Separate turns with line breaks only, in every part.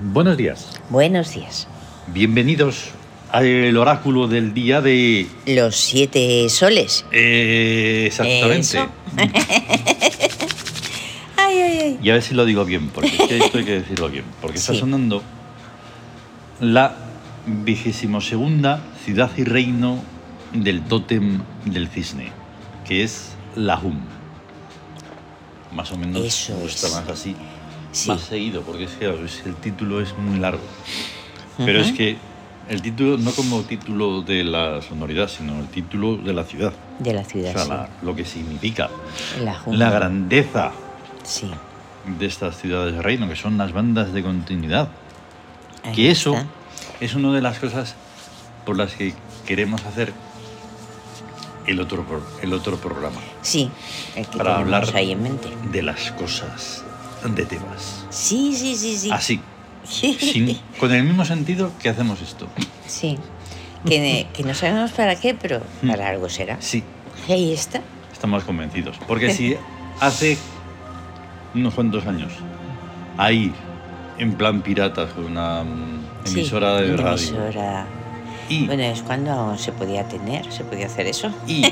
Buenos días.
Buenos días.
Bienvenidos al oráculo del día de...
Los siete soles.
Eh, exactamente.
Eso. Ay, ay, ay.
Y a ver si lo digo bien, porque es que esto hay que decirlo bien. Porque está
Sí.
sonando la vigésimo segunda ciudad y reino del tótem del cisne, que es Lahum. Más o menos
Eso
está
es.
más así,
Sí.
más seguido, porque es que claro, es- el título es muy largo. Pero es
Ujú.
que el título, no como título de la sonoridad, sino el título de la ciudad.
De la
O
ciudad,
sea,
sí.
la- lo que significa
La,
la
jungla.
grandeza
Sí.
de estas ciudades de reino, que son las bandas de continuidad.
ahí
que eso
está.
es una de las cosas por las que queremos hacer el otro, pro- el otro programa,
Sí. El que
para
tenemos
hablar
ahí en mente.
de las cosas, de temas.
Sí, sí, sí, sí.
Así,
Sí.
sin- con el mismo sentido que hacemos esto.
Sí. Que, que no sabemos para qué, pero
Hmm.
para algo será.
Sí,
Ahí está.
Estamos convencidos. Porque si hace unos cuantos años, ahí, en plan piratas, con una mm,
Sí,
emisora de
una
radio,
emisora.
y,
Bueno, es cuando se podía tener, se podía hacer eso.
y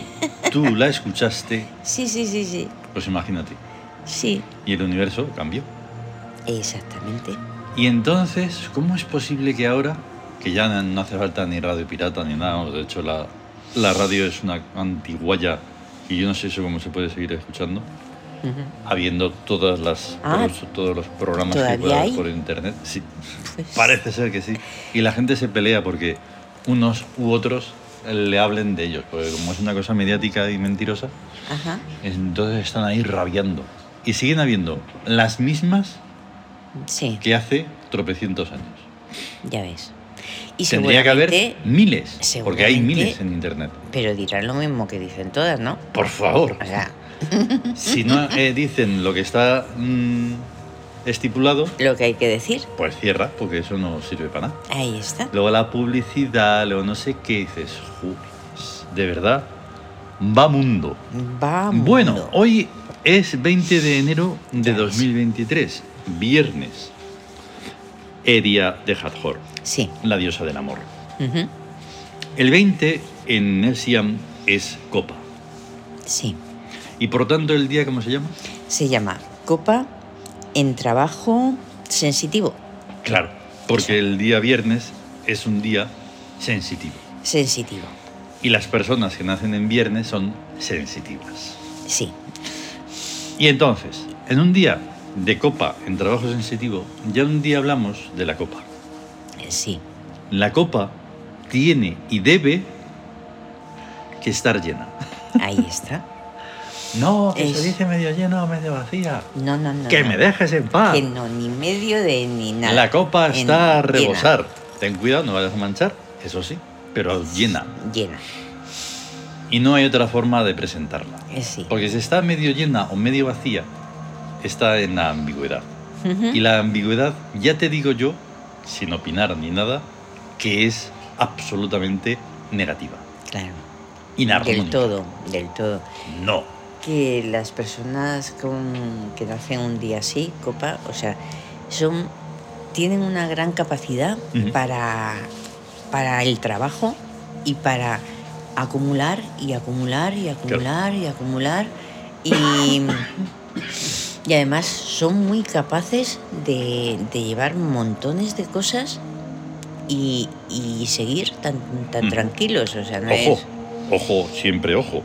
tú la escuchaste,
Sí, sí, sí, sí.
pues imagínate,
Sí,
y el universo cambió.
exactamente.
Y entonces, ¿cómo es posible que ahora, que ya no hace falta ni radio pirata ni nada, de hecho la, la radio es una antiguaya y yo no sé eso cómo se puede seguir escuchando,
Ujú.
habiendo todas las
Ah.
todos, todos los programas que
¿Todavía
puede haber
hay?
por internet. Sí,
Pues-
parece ser que sí. Y la gente se pelea porque unos u otros le hablen de ellos, porque como es una cosa mediática y mentirosa,
Ajá.
entonces están ahí rabiando. Y siguen habiendo las mismas
Sí,
que hace tropecientos años.
ya ves. Y
Tendría que haber
seguramente-
miles, porque hay
seguramente-
miles en internet.
Pero dirán lo mismo que dicen todas, ¿no?
Por favor.
O sea,
Si no eh, dicen lo que está mm, estipulado,
lo que hay que decir.
pues cierra, porque eso no sirve para nada.
Ahí está.
Luego la publicidad, luego no sé qué, dices, "Joder, de verdad, va mundo.
Vamos.
Bueno, hoy es 20 de enero de
Ya ves.
2023, viernes, Edia de Hathor,
Sí.
la diosa del amor.
Ujú.
El 20 en el Siam es copa.
Sí.
Y por tanto el día, ¿cómo se llama?
Se llama Copa en Trabajo Sensitivo.
Claro, porque el día viernes es un día sensitivo.
Sensitivo.
Y las personas que nacen en viernes son sensitivas.
Sí.
Y entonces, en un día de copa en trabajo sensitivo, ya un día hablamos de la copa.
Sí.
La copa tiene y debe que estar llena.
Ahí está.
No,
que se dice
medio llena o medio vacía.
No, no, no.
que
no.
me dejes en paz.
Que no, ni medio de ni nada.
la copa
En-
está a
llena.
rebosar. Ten cuidado, no vayas a manchar, eso sí, pero llena.
Llena.
Y no hay otra forma de presentarla.
Eh, Sí.
Porque si está medio llena o medio vacía, está en la ambigüedad.
Ujú.
Y la ambigüedad, ya te digo yo, sin opinar ni nada, que es absolutamente negativa.
Claro.
Inarmónica.
Del todo, del todo.
No.
que las personas con, que nacen un día así, copa, o sea, son tienen una gran capacidad
Ujú.
para, para el trabajo y para acumular y acumular y acumular y acumular y, y además son muy capaces de, de llevar montones de cosas y, y seguir tan, tan
Ujú.
tranquilos, o sea, no
Ojo,
es...
ojo, siempre ojo.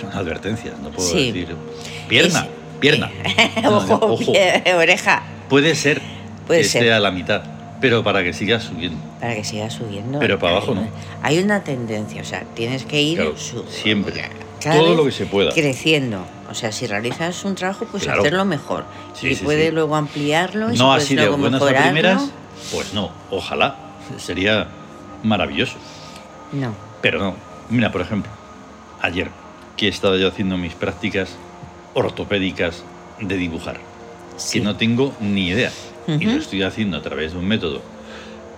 Son advertencias, no puedo
Sí.
decir. Pierna,
Es-
pierna. No,
ojo,
ojo.
pie- oreja.
Puede ser
Puede
que
ser.
esté a la mitad, pero para que siga subiendo.
Para que siga subiendo.
Pero para abajo no.
Hay una tendencia, o sea, tienes que ir
Claro,
su-
siempre.
cada
Todo
vez
lo que se pueda.
creciendo. O sea, si realizas un trabajo, pues
Claro.
hacerlo mejor.
Sí,
y
sí,
puedes
sí.
luego ampliarlo y si
No
puedes
así de
luego
buenas a
mejorarlo.
primeras, pues no, ojalá. Sería maravilloso.
No.
Pero no. Mira, por ejemplo, ayer que estaba yo haciendo mis prácticas ortopédicas de dibujar,
Sí.
que no tengo ni idea. Y lo
Ujú.
estoy haciendo a través de un método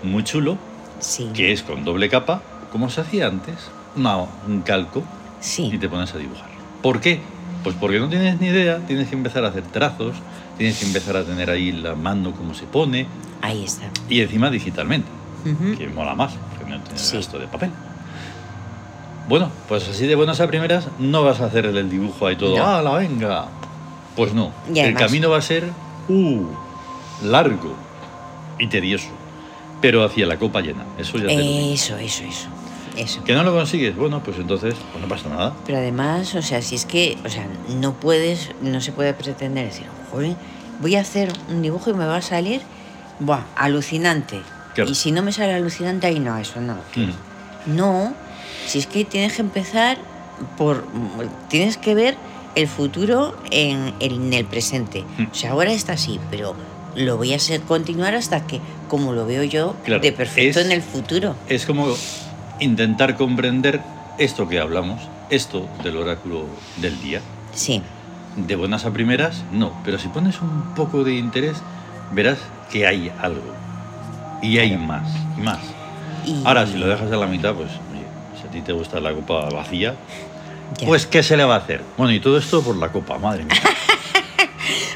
muy chulo,
Sí.
que es con doble capa, como se hacía antes, una- un calco, y
Sí.
te pones a dibujar. ¿Por qué? Pues porque no tienes ni idea, tienes que empezar a hacer trazos, tienes que empezar a tener ahí la mano como se pone
Ahí está.
y encima digitalmente,
Ujú.
que mola más, porque no tienes
Sí.
esto de papel. Bueno, pues así de buenas a primeras no vas a hacer el dibujo ahí todo,
No.
¡ah, la venga! Pues no,
Y
el
además-
camino va a ser uh, largo y tedioso, pero hacia la copa llena, eso ya te
Eh.
lo digo.
Eso, eso, eso. Eso.
Que no lo consigues, bueno, pues entonces pues no pasa nada.
Pero además, o sea, si es que, o sea, no puedes, no se puede pretender decir, joder, voy a hacer un dibujo y me va a salir, buah, alucinante.
Claro.
Y si no me sale alucinante, ahí no, eso no.
Mm.
No, si es que tienes que empezar por, tienes que ver el futuro en, en el presente.
Hmm.
O sea, ahora está así, pero lo voy a hacer continuar hasta que, como lo veo yo,
Claro,
de perfecto
es-
en el futuro.
es como intentar comprender esto que hablamos, esto del oráculo del día.
Sí,
De buenas a primeras, no, pero si pones un poco de interés, verás que hay algo. Y hay más, y más.
y-
Ahora, si lo dejas a la mitad, pues, oye, si a ti te gusta la copa vacía,
ya.
pues, ¿qué se le va a hacer? Bueno, y todo esto por la copa, madre mía.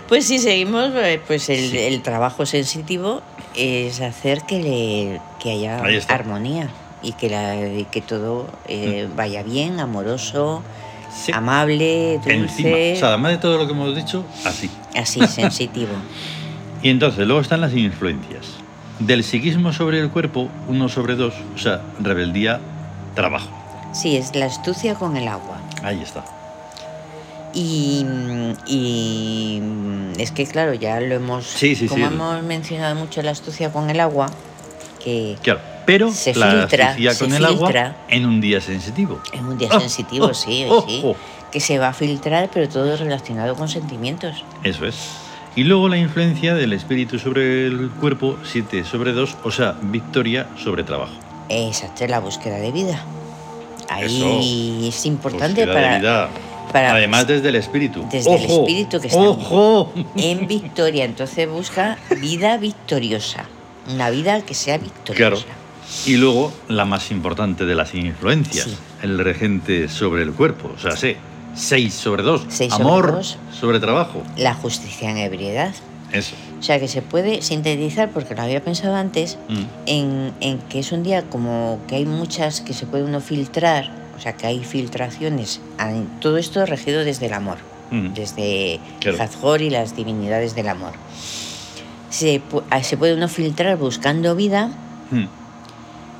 Pues si seguimos, eh, pues el, el trabajo sensitivo es hacer que, le, que haya
Ahí está.
armonía y que, la, y que todo eh, vaya bien, amoroso,
Mm. Sí,
amable,
encima.
dulce,
O sea, además de todo lo que hemos dicho, así.
así, sensitivo.
Y entonces, luego están las influencias. Del psiquismo sobre el cuerpo, uno sobre dos, o sea, rebeldía, trabajo.
Sí, es la astucia con el agua.
Ahí está.
Y, mm, y, mm, es que, claro, ya lo hemos,
Sí, sí,
como
sí.
hemos mencionado mucho la astucia con el agua, que
Claro. Pero
Se
la
filtra,
astucia
se
con el agua
filtra.
en un día sensitivo.
es un día
Oh,
sensitivo,
oh,
sí,
oh,
sí,
oh.
que se va a filtrar, pero todo relacionado con sentimientos.
Eso es. Y luego la influencia del espíritu sobre el cuerpo, 7 sobre 2, o sea, victoria sobre trabajo.
Exacto, es la búsqueda de vida. Ahí es importante
Búsqueda de
para,
vida.
para-
Además, desde el espíritu.
Desde el
¡Ojo!
espíritu que está en-
¡Ojo!
en victoria. Entonces busca vida victoriosa, una vida que sea
Claro.
victoriosa.
Y luego, la más importante de las influencias,
Sí.
el regente sobre el cuerpo, o sea, sé, 6 sobre 2,
Seis sobre
amor
dos.
sobre trabajo.
La justicia en ebriedad.
Eso.
O sea que se puede sintetizar, porque lo había pensado antes,
Mm.
en, en que es un día como que hay muchas que se puede uno filtrar, o sea que hay filtraciones. Ah, Todo esto regido desde el amor,
Mm.
desde
Claro.
Hathor y las divinidades del amor. Se, pu- ah, se puede uno filtrar buscando vida,
Mm.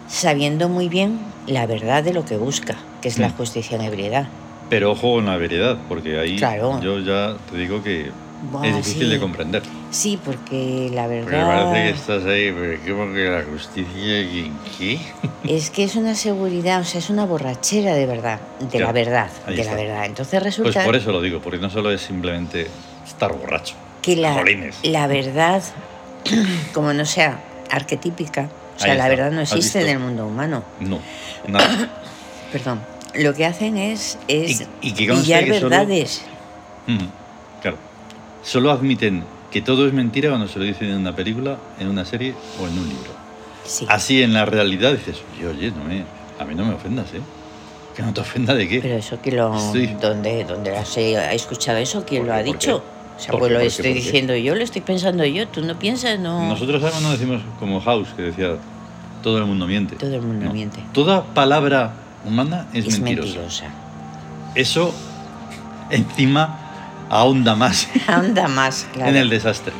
sabiendo muy bien la verdad de lo que busca, que es la
Mm.
justicia en ebriedad.
Pero ojo con la veredad, porque ahí
Claro.
yo ya te digo que
Buah,
es difícil
sí.
de comprender.
Sí, porque la
Porque
verdad
parece que estás ahí, pero ¿qué? Porque la justicia, ¿y ¿qué?
es que es una seguridad, o sea, es una borrachera de verdad, de
Ya,
la verdad, de
ahí
la
está.
verdad. Entonces
Pues
resulta
por eso lo digo, porque no solo es simplemente estar borracho.
que la,
Jolines.
la verdad, como no sea arquetípica, o sea,
Ahí
la
está,
verdad no
has
existe en
visto.
el mundo humano.
No, nada.
Perdón. Lo que hacen es, es
Y- y que conste
pillar
que solo-
verdades.
Mm, claro. Solo admiten que todo es mentira cuando se lo dicen en una película, en una serie o en un libro.
Sí.
Así en la realidad dices, oye, oye, no me, a mí no me ofendas, ¿eh? Que no te ofenda de qué.
Pero eso que lo...
Sí.
¿Dónde, dónde lo has he- ha escuchado eso? ¿Quién
¿Por
lo
qué?
ha
¿Por
dicho?
qué?
O sea,
¿Por
pues
qué?
lo
¿Por qué?
estoy
¿Por qué?
diciendo yo, lo estoy pensando yo. Tú no piensas, no...
Nosotros además no decimos como House, que decía, todo el mundo miente.
Todo el mundo
No.
miente.
Toda palabra humana es,
es
mentirosa.
mentirosa.
Eso encima ahonda más
Anda más, claro.
en el desastre.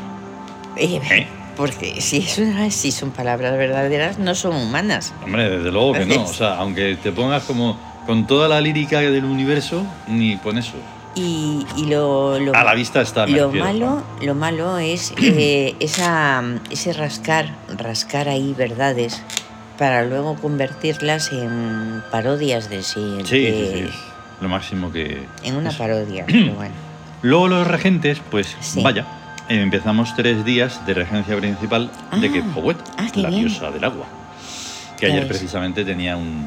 Eh,
¿Eh?
Porque si, es una, si son palabras verdaderas, no son humanas.
Hombre, desde luego que no.
Gracias.
O sea, aunque te pongas como con toda la lírica del universo, ni con eso.
Y, y lo, lo,
A la vista está. me
lo
refiero,
malo,
¿no?
lo malo es eh, esa, ese rascar, rascar ahí verdades para luego convertirlas en parodias de sí.
Sí,
de-
sí, sí, es Lo máximo que.
En una
es.
parodia, pero bueno.
Luego los regentes, pues
Sí.
vaya. eh, Empezamos tres días de regencia principal de
Ah,
Quetzalcóatl,
ah, qué
la
bien.
diosa del agua. Que
Ya
ayer
ves.
precisamente tenía un,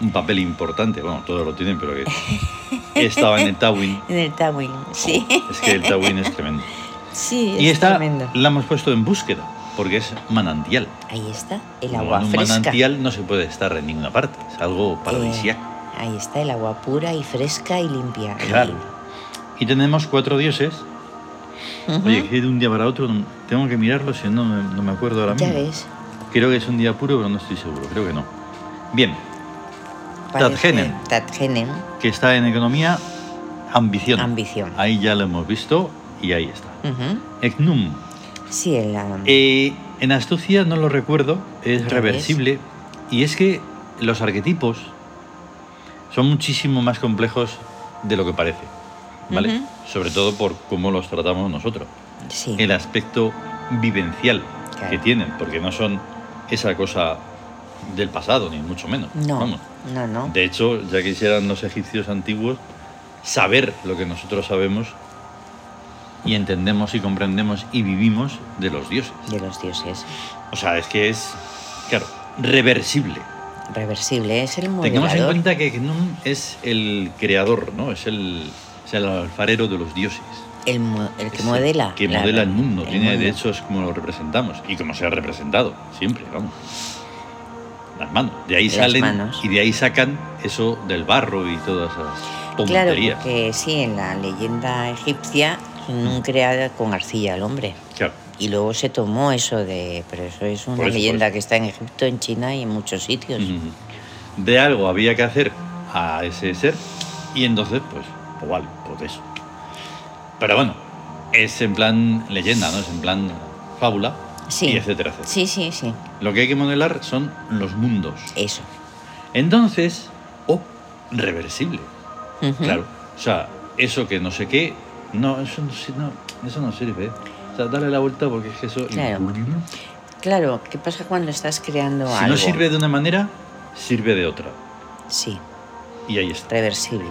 un papel importante. Bueno, todos lo tienen, pero que estaba en el Tawin.
En el Tawin, sí.
Es que el Tawin es tremendo.
Sí,
Oh. y
es
esta
tremendo.
la hemos puesto en búsqueda, porque es manantial.
Ahí está, el
Como
agua
en un
fresca.
manantial no se puede estar en ninguna parte, es algo paradisíaco.
Eh, ahí está el agua pura y fresca y limpia.
Claro.
Y
Y tenemos cuatro dioses.
Ujú.
Oye, que de un día para otro tengo que mirarlo, si no, me- no me acuerdo ahora
ya
mismo.
ves.
Creo que es un día puro, pero no estoy seguro, creo que no. Bien,
parece-
Tadgenen.
Tadgenen,
que está en economía, ambición.
ambición.
Ahí ya lo hemos visto y ahí está.
Ujú.
Egnum.
Sí, ah, en la...
Eh, en astucia, no lo recuerdo, es
ves.
reversible. Y es que los arquetipos son muchísimo más complejos de lo que parece. ¿Vale?
Ujú.
Sobre todo por cómo los tratamos nosotros.
sí.
El aspecto vivencial
Claro.
que tienen, porque no son esa cosa del pasado, ni mucho menos.
No,
Vamos.
no, no.
De hecho, ya quisieran los egipcios antiguos saber lo que nosotros sabemos y entendemos y comprendemos y vivimos de los dioses.
De los dioses.
O sea, es que es, claro, reversible.
Reversible, es el
Tengamos en
modelador.
cuenta que Gnum es el creador, ¿no? Es el, es el alfarero de los dioses.
El, mo- el
Es
que
el
modela.
Que
claro,
modela el mundo.
el
Tiene, de
mundo.
hecho, es como lo representamos y como se ha representado, siempre, vamos. Las manos. De ahí
Las
salen
manos.
y de ahí sacan eso del barro y todas esas
Claro,
tonterías.
porque sí, en la leyenda egipcia mm, creada con arcilla el hombre.
Claro.
Y luego se tomó eso de... Pero eso es una
Por eso, por
leyenda
eso.
que está en Egipto, en China y en muchos sitios.
Ujú. De algo había que hacer a ese ser y entonces, pues, pues vale, pues eso. Pero bueno, es en plan leyenda, ¿no? Es en plan fábula
Sí.
y etcétera, etcétera.
Sí, sí, sí.
Lo que hay que modelar son los mundos.
Eso.
Entonces, oh, reversible,
Ujú.
claro. O sea, eso que no sé qué, no, eso no, sir- no, eso no sirve. O sea, dale la vuelta porque es que eso...
Claro. Claro, ¿qué pasa cuando estás creando
Si
algo?
no sirve de una manera, sirve de otra.
Sí,
Y ahí está.
reversible.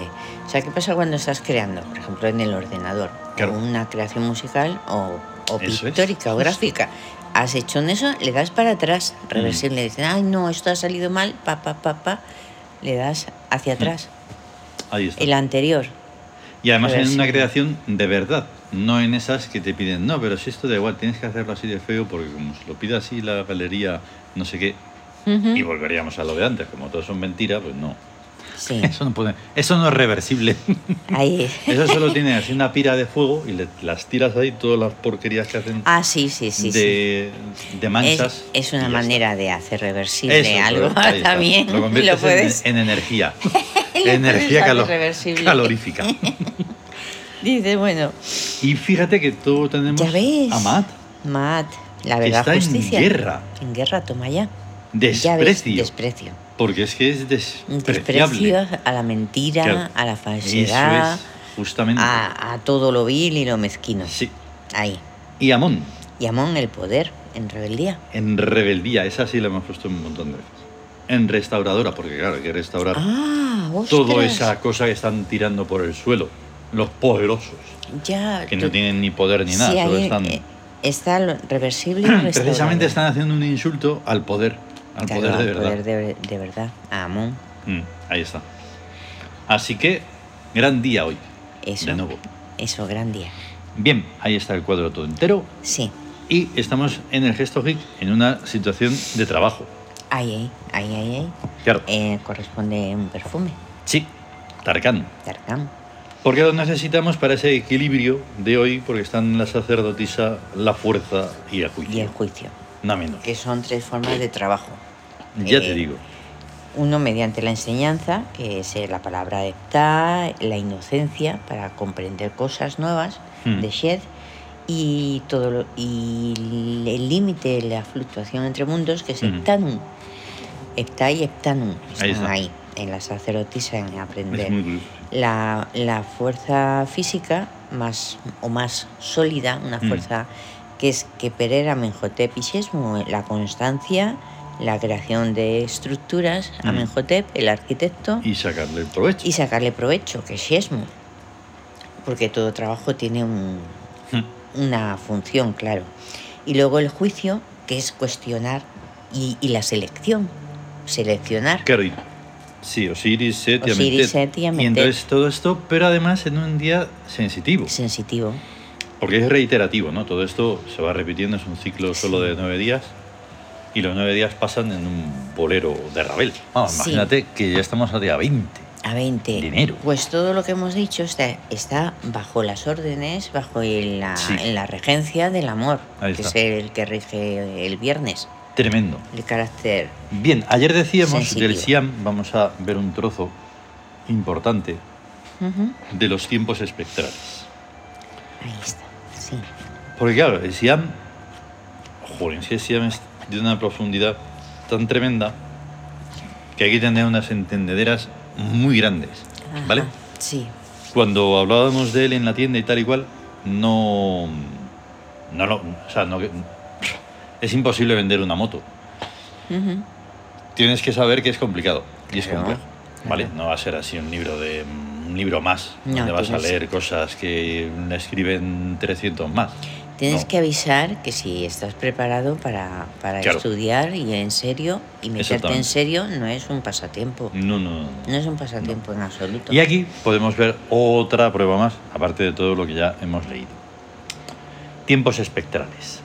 O sea, ¿qué pasa cuando estás creando, por ejemplo, en el ordenador?
Claro.
O una creación musical o, o
Eso es,
pictórica o
justo.
gráfica. Has hecho un eso, le das para atrás,
Mm.
reversible. Dicen, ay, no, esto ha salido mal, pa, pa, pa, pa. Le das hacia
Mm.
atrás.
Ahí está.
El anterior.
Y además en una
Reversible.
creación de verdad, no en esas que te piden, no, pero si esto da igual, tienes que hacerlo así de feo porque como se lo pida así la galería, no sé qué,
Ujú.
y volveríamos a lo de antes, como todos son mentiras, pues no.
Sí,
Eso no puede, eso no es reversible.
ahí.
Eso solo tiene así una pira de fuego y le- las tiras ahí todas las porquerías que hacen
Ah, sí, sí, sí. sí.
de, de manchas.
Es, es una
y ya
manera de hacer
está.
reversible
Eso,
algo
pero ahí está.
también.
Lo conviertes en-
puedes.
en, energía.
puedes
energía
hacer
calo-
reversible.
calorífica.
Dices, bueno,
Y fíjate que todos tenemos
Ya ves.
a Matt
Matt, la
que
verdad
está
justicia.
en guerra.
En guerra, toma ya. Ya ves,
Desprecio.
desprecio.
porque es que es
Desprecio
despreciable.
a la mentira,
Claro.
a la
Eso
falsedad, Ah.
es, justamente.
a, a todo lo vil y lo mezquino.
Sí.
Ahí.
Y Amón,
Y Amón, el poder en rebeldía.
en rebeldía, esa sí la hemos puesto un montón de veces. En restauradora, porque claro, hay que restaurar
Ah, ostras.
toda esa cosa que están tirando por el suelo. Los poderosos,
Ya.
que
tú-
no tienen ni poder ni nada,
sí,
solo
ahí,
están...
eh, Está lo- reversible y restaurable.
precisamente están haciendo un insulto al poder, al
Claro,
poder de
al
verdad.
poder de, de verdad. A Amón.
Mm, ahí está. Así que, gran día hoy,
Eso.
de nuevo.
Eso, gran día.
Bien, ahí está el cuadro todo entero.
Sí.
Y estamos en el gesto geek en una situación de trabajo.
Ahí, ahí, ahí, ahí.
Claro.
Eh, corresponde un perfume.
Sí, Tarkan.
Tarkan.
Porque lo necesitamos para ese equilibrio de hoy, porque están la sacerdotisa, la fuerza y el
y el
juicio.
juicio,
Nada menos.
que son tres formas de trabajo.
Ya
eh,
te digo.
Uno mediante la enseñanza, que es eh, la palabra de Ptah, la inocencia para comprender cosas nuevas
Hmm.
de Shed y todo lo- y l- el límite, la fluctuación entre mundos, que es
Hmm.
Heptanum. Heptá y Heptanum están
Ahí
ahí,
está.
en la sacerdotisa en
Es
aprender.
muy curioso.
la, la fuerza física más o más sólida, una
Mm.
fuerza que es que Perera Amenhotep y Sesmo, la constancia, la creación de estructuras,
Mm.
Amenhotep, el arquitecto, y,
Y sacarle el provecho.
sacarle provecho, que es Sesmo. Porque todo trabajo tiene un-
Hmm.
una función, claro. Y luego el juicio, que es cuestionar, y, y la selección, seleccionar.
Claro, y- sí, Osiris, Set y
Osiris,
Amentet.
Set y
Y
Amentet.
entonces todo esto, pero además en un día sensitivo.
Sensitivo.
Porque es reiterativo, ¿no? Todo esto se va repitiendo, es un ciclo solo de nueve días. Y los nueve días pasan en un bolero de Rabel. Vamos,
Sí.
imagínate que ya estamos a día 20.
a 20.
Dinero.
Pues todo lo que hemos dicho está, está bajo las órdenes, bajo el- la,
Sí.
en la regencia del amor,
Ahí
que
está.
es el que rige el viernes,
Tremendo.
el carácter.
Bien, ayer decíamos
Sensitivo.
del Siam, vamos a ver un trozo importante
Ujú.
de los tiempos espectrales.
Ahí está, sí.
Porque claro, el Siam, joder, si el Siam es de una profundidad tan tremenda que hay que tener unas entendederas muy grandes,
Ajá,
¿vale?
Sí,
Cuando hablábamos de él en la tienda y tal y cual, no, no, lo- o sea, no, es imposible vender una moto.
Ujú.
tienes que saber que es complicado y es
Claro,
complejo. Vale,
claro.
no va a ser así un libro de un libro más,
No,
donde vas a
tienes-
leer cosas que escriben 300 más.
Tienes
No.
que avisar que si estás preparado para, para
Claro.
estudiar y en serio, y meterte
Exactamente.
en serio no es un pasatiempo.
No, no, no.
No es un pasatiempo en absoluto.
Y aquí podemos ver otra prueba más, aparte de todo lo que ya hemos leído. Tiempos espectrales.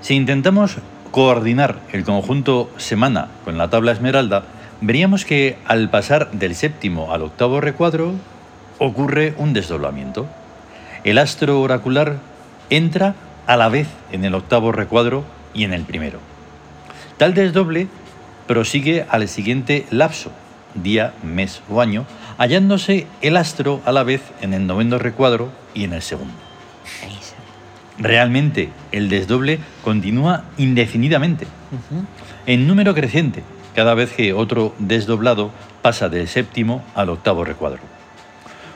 Si intentamos coordinar el conjunto semana con la tabla esmeralda, veríamos que al pasar del séptimo al octavo recuadro ocurre un desdoblamiento. El astro oracular entra a la vez en el octavo recuadro y en el primero. Tal desdoble prosigue al siguiente lapso, día, mes o año, hallándose el astro a la vez en el noveno recuadro y en el segundo.
Ahí está.
Realmente, el desdoble continúa indefinidamente,
Ujú.
en número creciente, cada vez que otro desdoblado pasa del séptimo al octavo recuadro.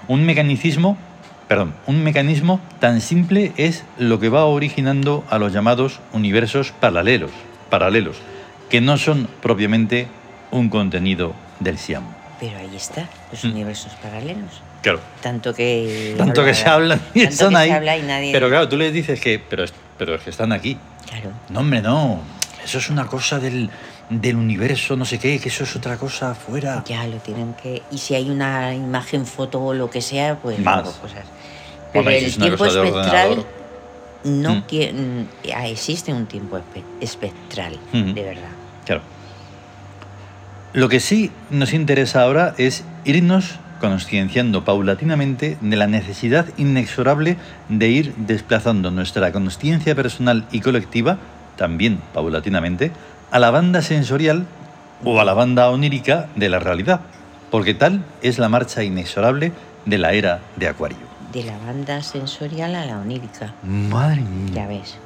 Un mecanicismo, perdón, un mecanismo tan simple es lo que va originando a los llamados universos paralelos, paralelos, que no son propiamente un contenido del Siam.
Pero ahí está, los
Mm.
universos paralelos.
Claro.
Tanto que.
Tanto que se hablan y
Tanto
están
que
ahí.
se habla y nadie.
Pero claro, tú les dices que, pero es, pero es que están aquí.
Claro.
No, hombre, no. Eso es una cosa del, del universo, no sé qué, que eso es otra cosa afuera.
Ya lo tienen que. Y si hay una imagen, foto o lo que sea, pues
Más.
luego cosas. Pero
Hombre, si
el
es una
tiempo
cosa de
espectral
ordenador.
no
Mm.
tie- mm, ah, existe un tiempo espe- espectral,
Mm.
de verdad.
Claro. Lo que sí nos interesa ahora es irnos concienciando paulatinamente de la necesidad inexorable de ir desplazando nuestra conciencia personal y colectiva, también paulatinamente, a la banda sensorial o a la banda onírica de la realidad, porque tal es la marcha inexorable de la era de Acuario.
De la banda sensorial a la onírica.
Madre mía.
Ya ves.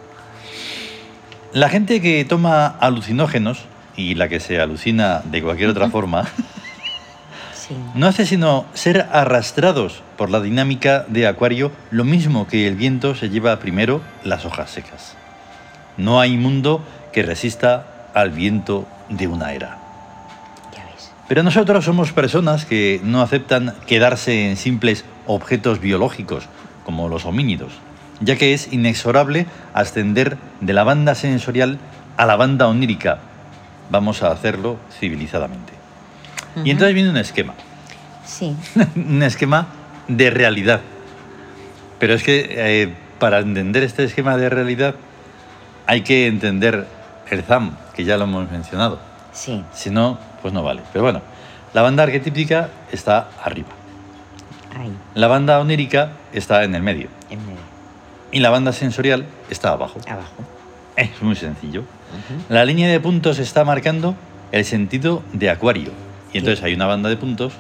La gente que toma alucinógenos y la que se alucina de cualquier otra forma
Sí.
no hace sino ser arrastrados por la dinámica de Acuario, lo mismo que el viento se lleva primero las hojas secas. No hay mundo que resista al viento de una era.
Ya ves.
Pero nosotros somos personas que no aceptan quedarse en simples objetos biológicos, como los homínidos, ya que es inexorable ascender de la banda sensorial a la banda onírica. Vamos a hacerlo civilizadamente. Y entonces viene un esquema,
Sí.
un esquema de realidad. Pero es que eh, para entender este esquema de realidad hay que entender el ZAM, que ya lo hemos mencionado.
Sí.
Si no, pues no vale. Pero bueno, la banda arquetípica está arriba.
Ahí.
La banda onírica está en el medio.
En medio.
Y la banda sensorial está abajo.
Abajo.
Es muy sencillo.
Ujú.
La línea de puntos está marcando el sentido de acuario. Y entonces
Sí.
hay una banda de puntos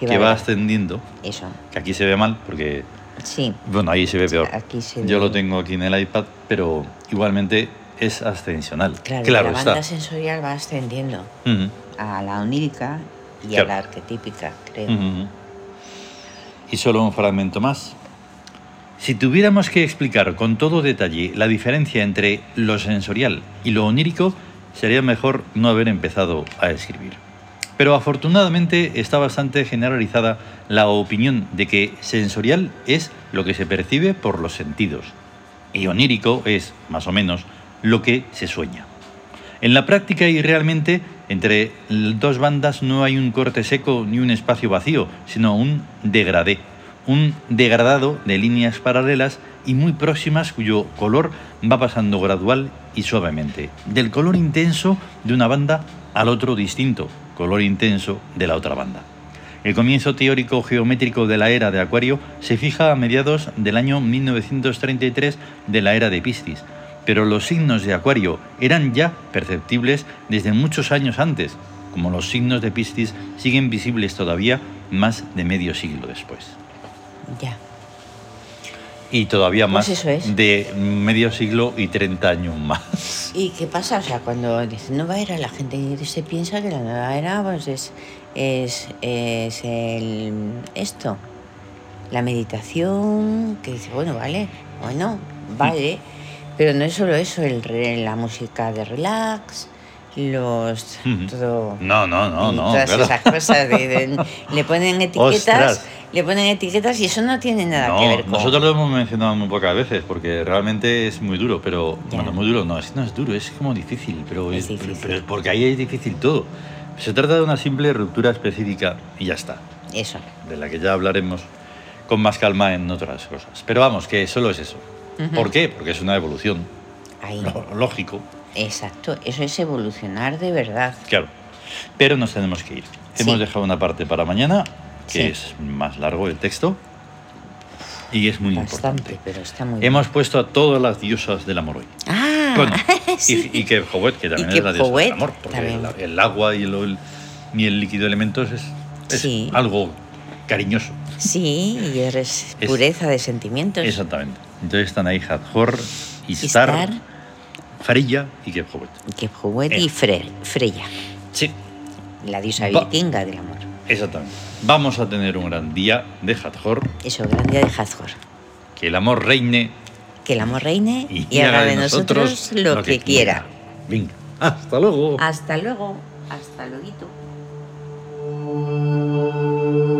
Que
que
va-
va ascendiendo.
Eso.
Que aquí se ve mal porque,
Sí.
bueno, ahí se ve peor.
Aquí se
Yo
ve-
lo tengo aquí en el iPad, pero igualmente es ascensional.
Claro,
Claro,
la banda
está.
sensorial va ascendiendo
Ujú.
a la onírica y
Claro.
a la arquetípica, creo.
Ujú. Y solo un fragmento más. Si tuviéramos que explicar con todo detalle la diferencia entre lo sensorial y lo onírico, sería mejor no haber empezado a escribir. Pero afortunadamente está bastante generalizada la opinión de que sensorial es lo que se percibe por los sentidos y onírico es, más o menos, lo que se sueña. En la práctica y realmente, entre l- dos bandas no hay un corte seco ni un espacio vacío, sino un degradé. Un degradado de líneas paralelas y muy próximas cuyo color va pasando gradual y suavemente. Del color intenso de una banda al otro distinto, color intenso, de la otra banda. El comienzo teórico geométrico de la era de Acuario se fija a mediados del año 1933 de la era de Piscis, pero los signos de Acuario eran ya perceptibles desde muchos años antes, como los signos de Piscis siguen visibles todavía más de medio siglo después.
Ya.
Y todavía
Pues
más
eso es.
de medio siglo y 30 años más.
¿Y qué pasa? O sea, cuando dicen nueva era, la gente se piensa que la nueva era pues, es, es, es el, esto, la meditación, que dice, bueno, vale, bueno, vale, pero no es solo eso, el, re- la música de relax, los...
Ujú.
todo...
No, no, no,
y
no.
todas
claro.
esas cosas de- de- le ponen etiquetas
Ostras.
le ponen etiquetas y eso no tiene nada
No,
que ver con
nosotros lo hemos mencionado muy pocas veces porque realmente es muy duro, pero
Ya.
bueno, muy duro no, es, no es duro, es como difícil, pero
Es
es, pero-
difícil.
pero es porque ahí es difícil todo. Se trata de una simple ruptura específica y ya está,
eso
de la que ya hablaremos con más calma en otras cosas. Pero vamos, que solo es eso. ¿Por qué? Porque es una evolución,
ahí
lo- lógico,
exacto eso es evolucionar de verdad
claro. Pero nos tenemos que ir.
Sí.
Hemos dejado una parte para mañana, que
Sí.
es más largo el texto y es muy
bastante
importante.
pero está muy
Hemos puesto a todas las diosas del amor hoy.
bien ah
Coño.
sí.
y, y que Howet, que también
que
es la diosa
Howet
del amor, porque
también.
el, el agua y el, el- y el líquido de elementos es, es
Sí.
algo cariñoso.
sí y eres
Es-
pureza de sentimientos
Exactamente. Entonces están ahí Hathor, Istar,
estar
Farilla y Kev Howet.
que Howet y
Eh.
Fre- Freya
Sí,
la diosa
Va-
vikinga del amor
exactamente. Vamos a tener un gran día de Hathor,
eso gran día de Hathor
que el amor reine
que el amor reine
y,
y, haga de nosotros, lo, que, quiera. Ah.
Venga, hasta luego.
Hasta luego, hasta luego.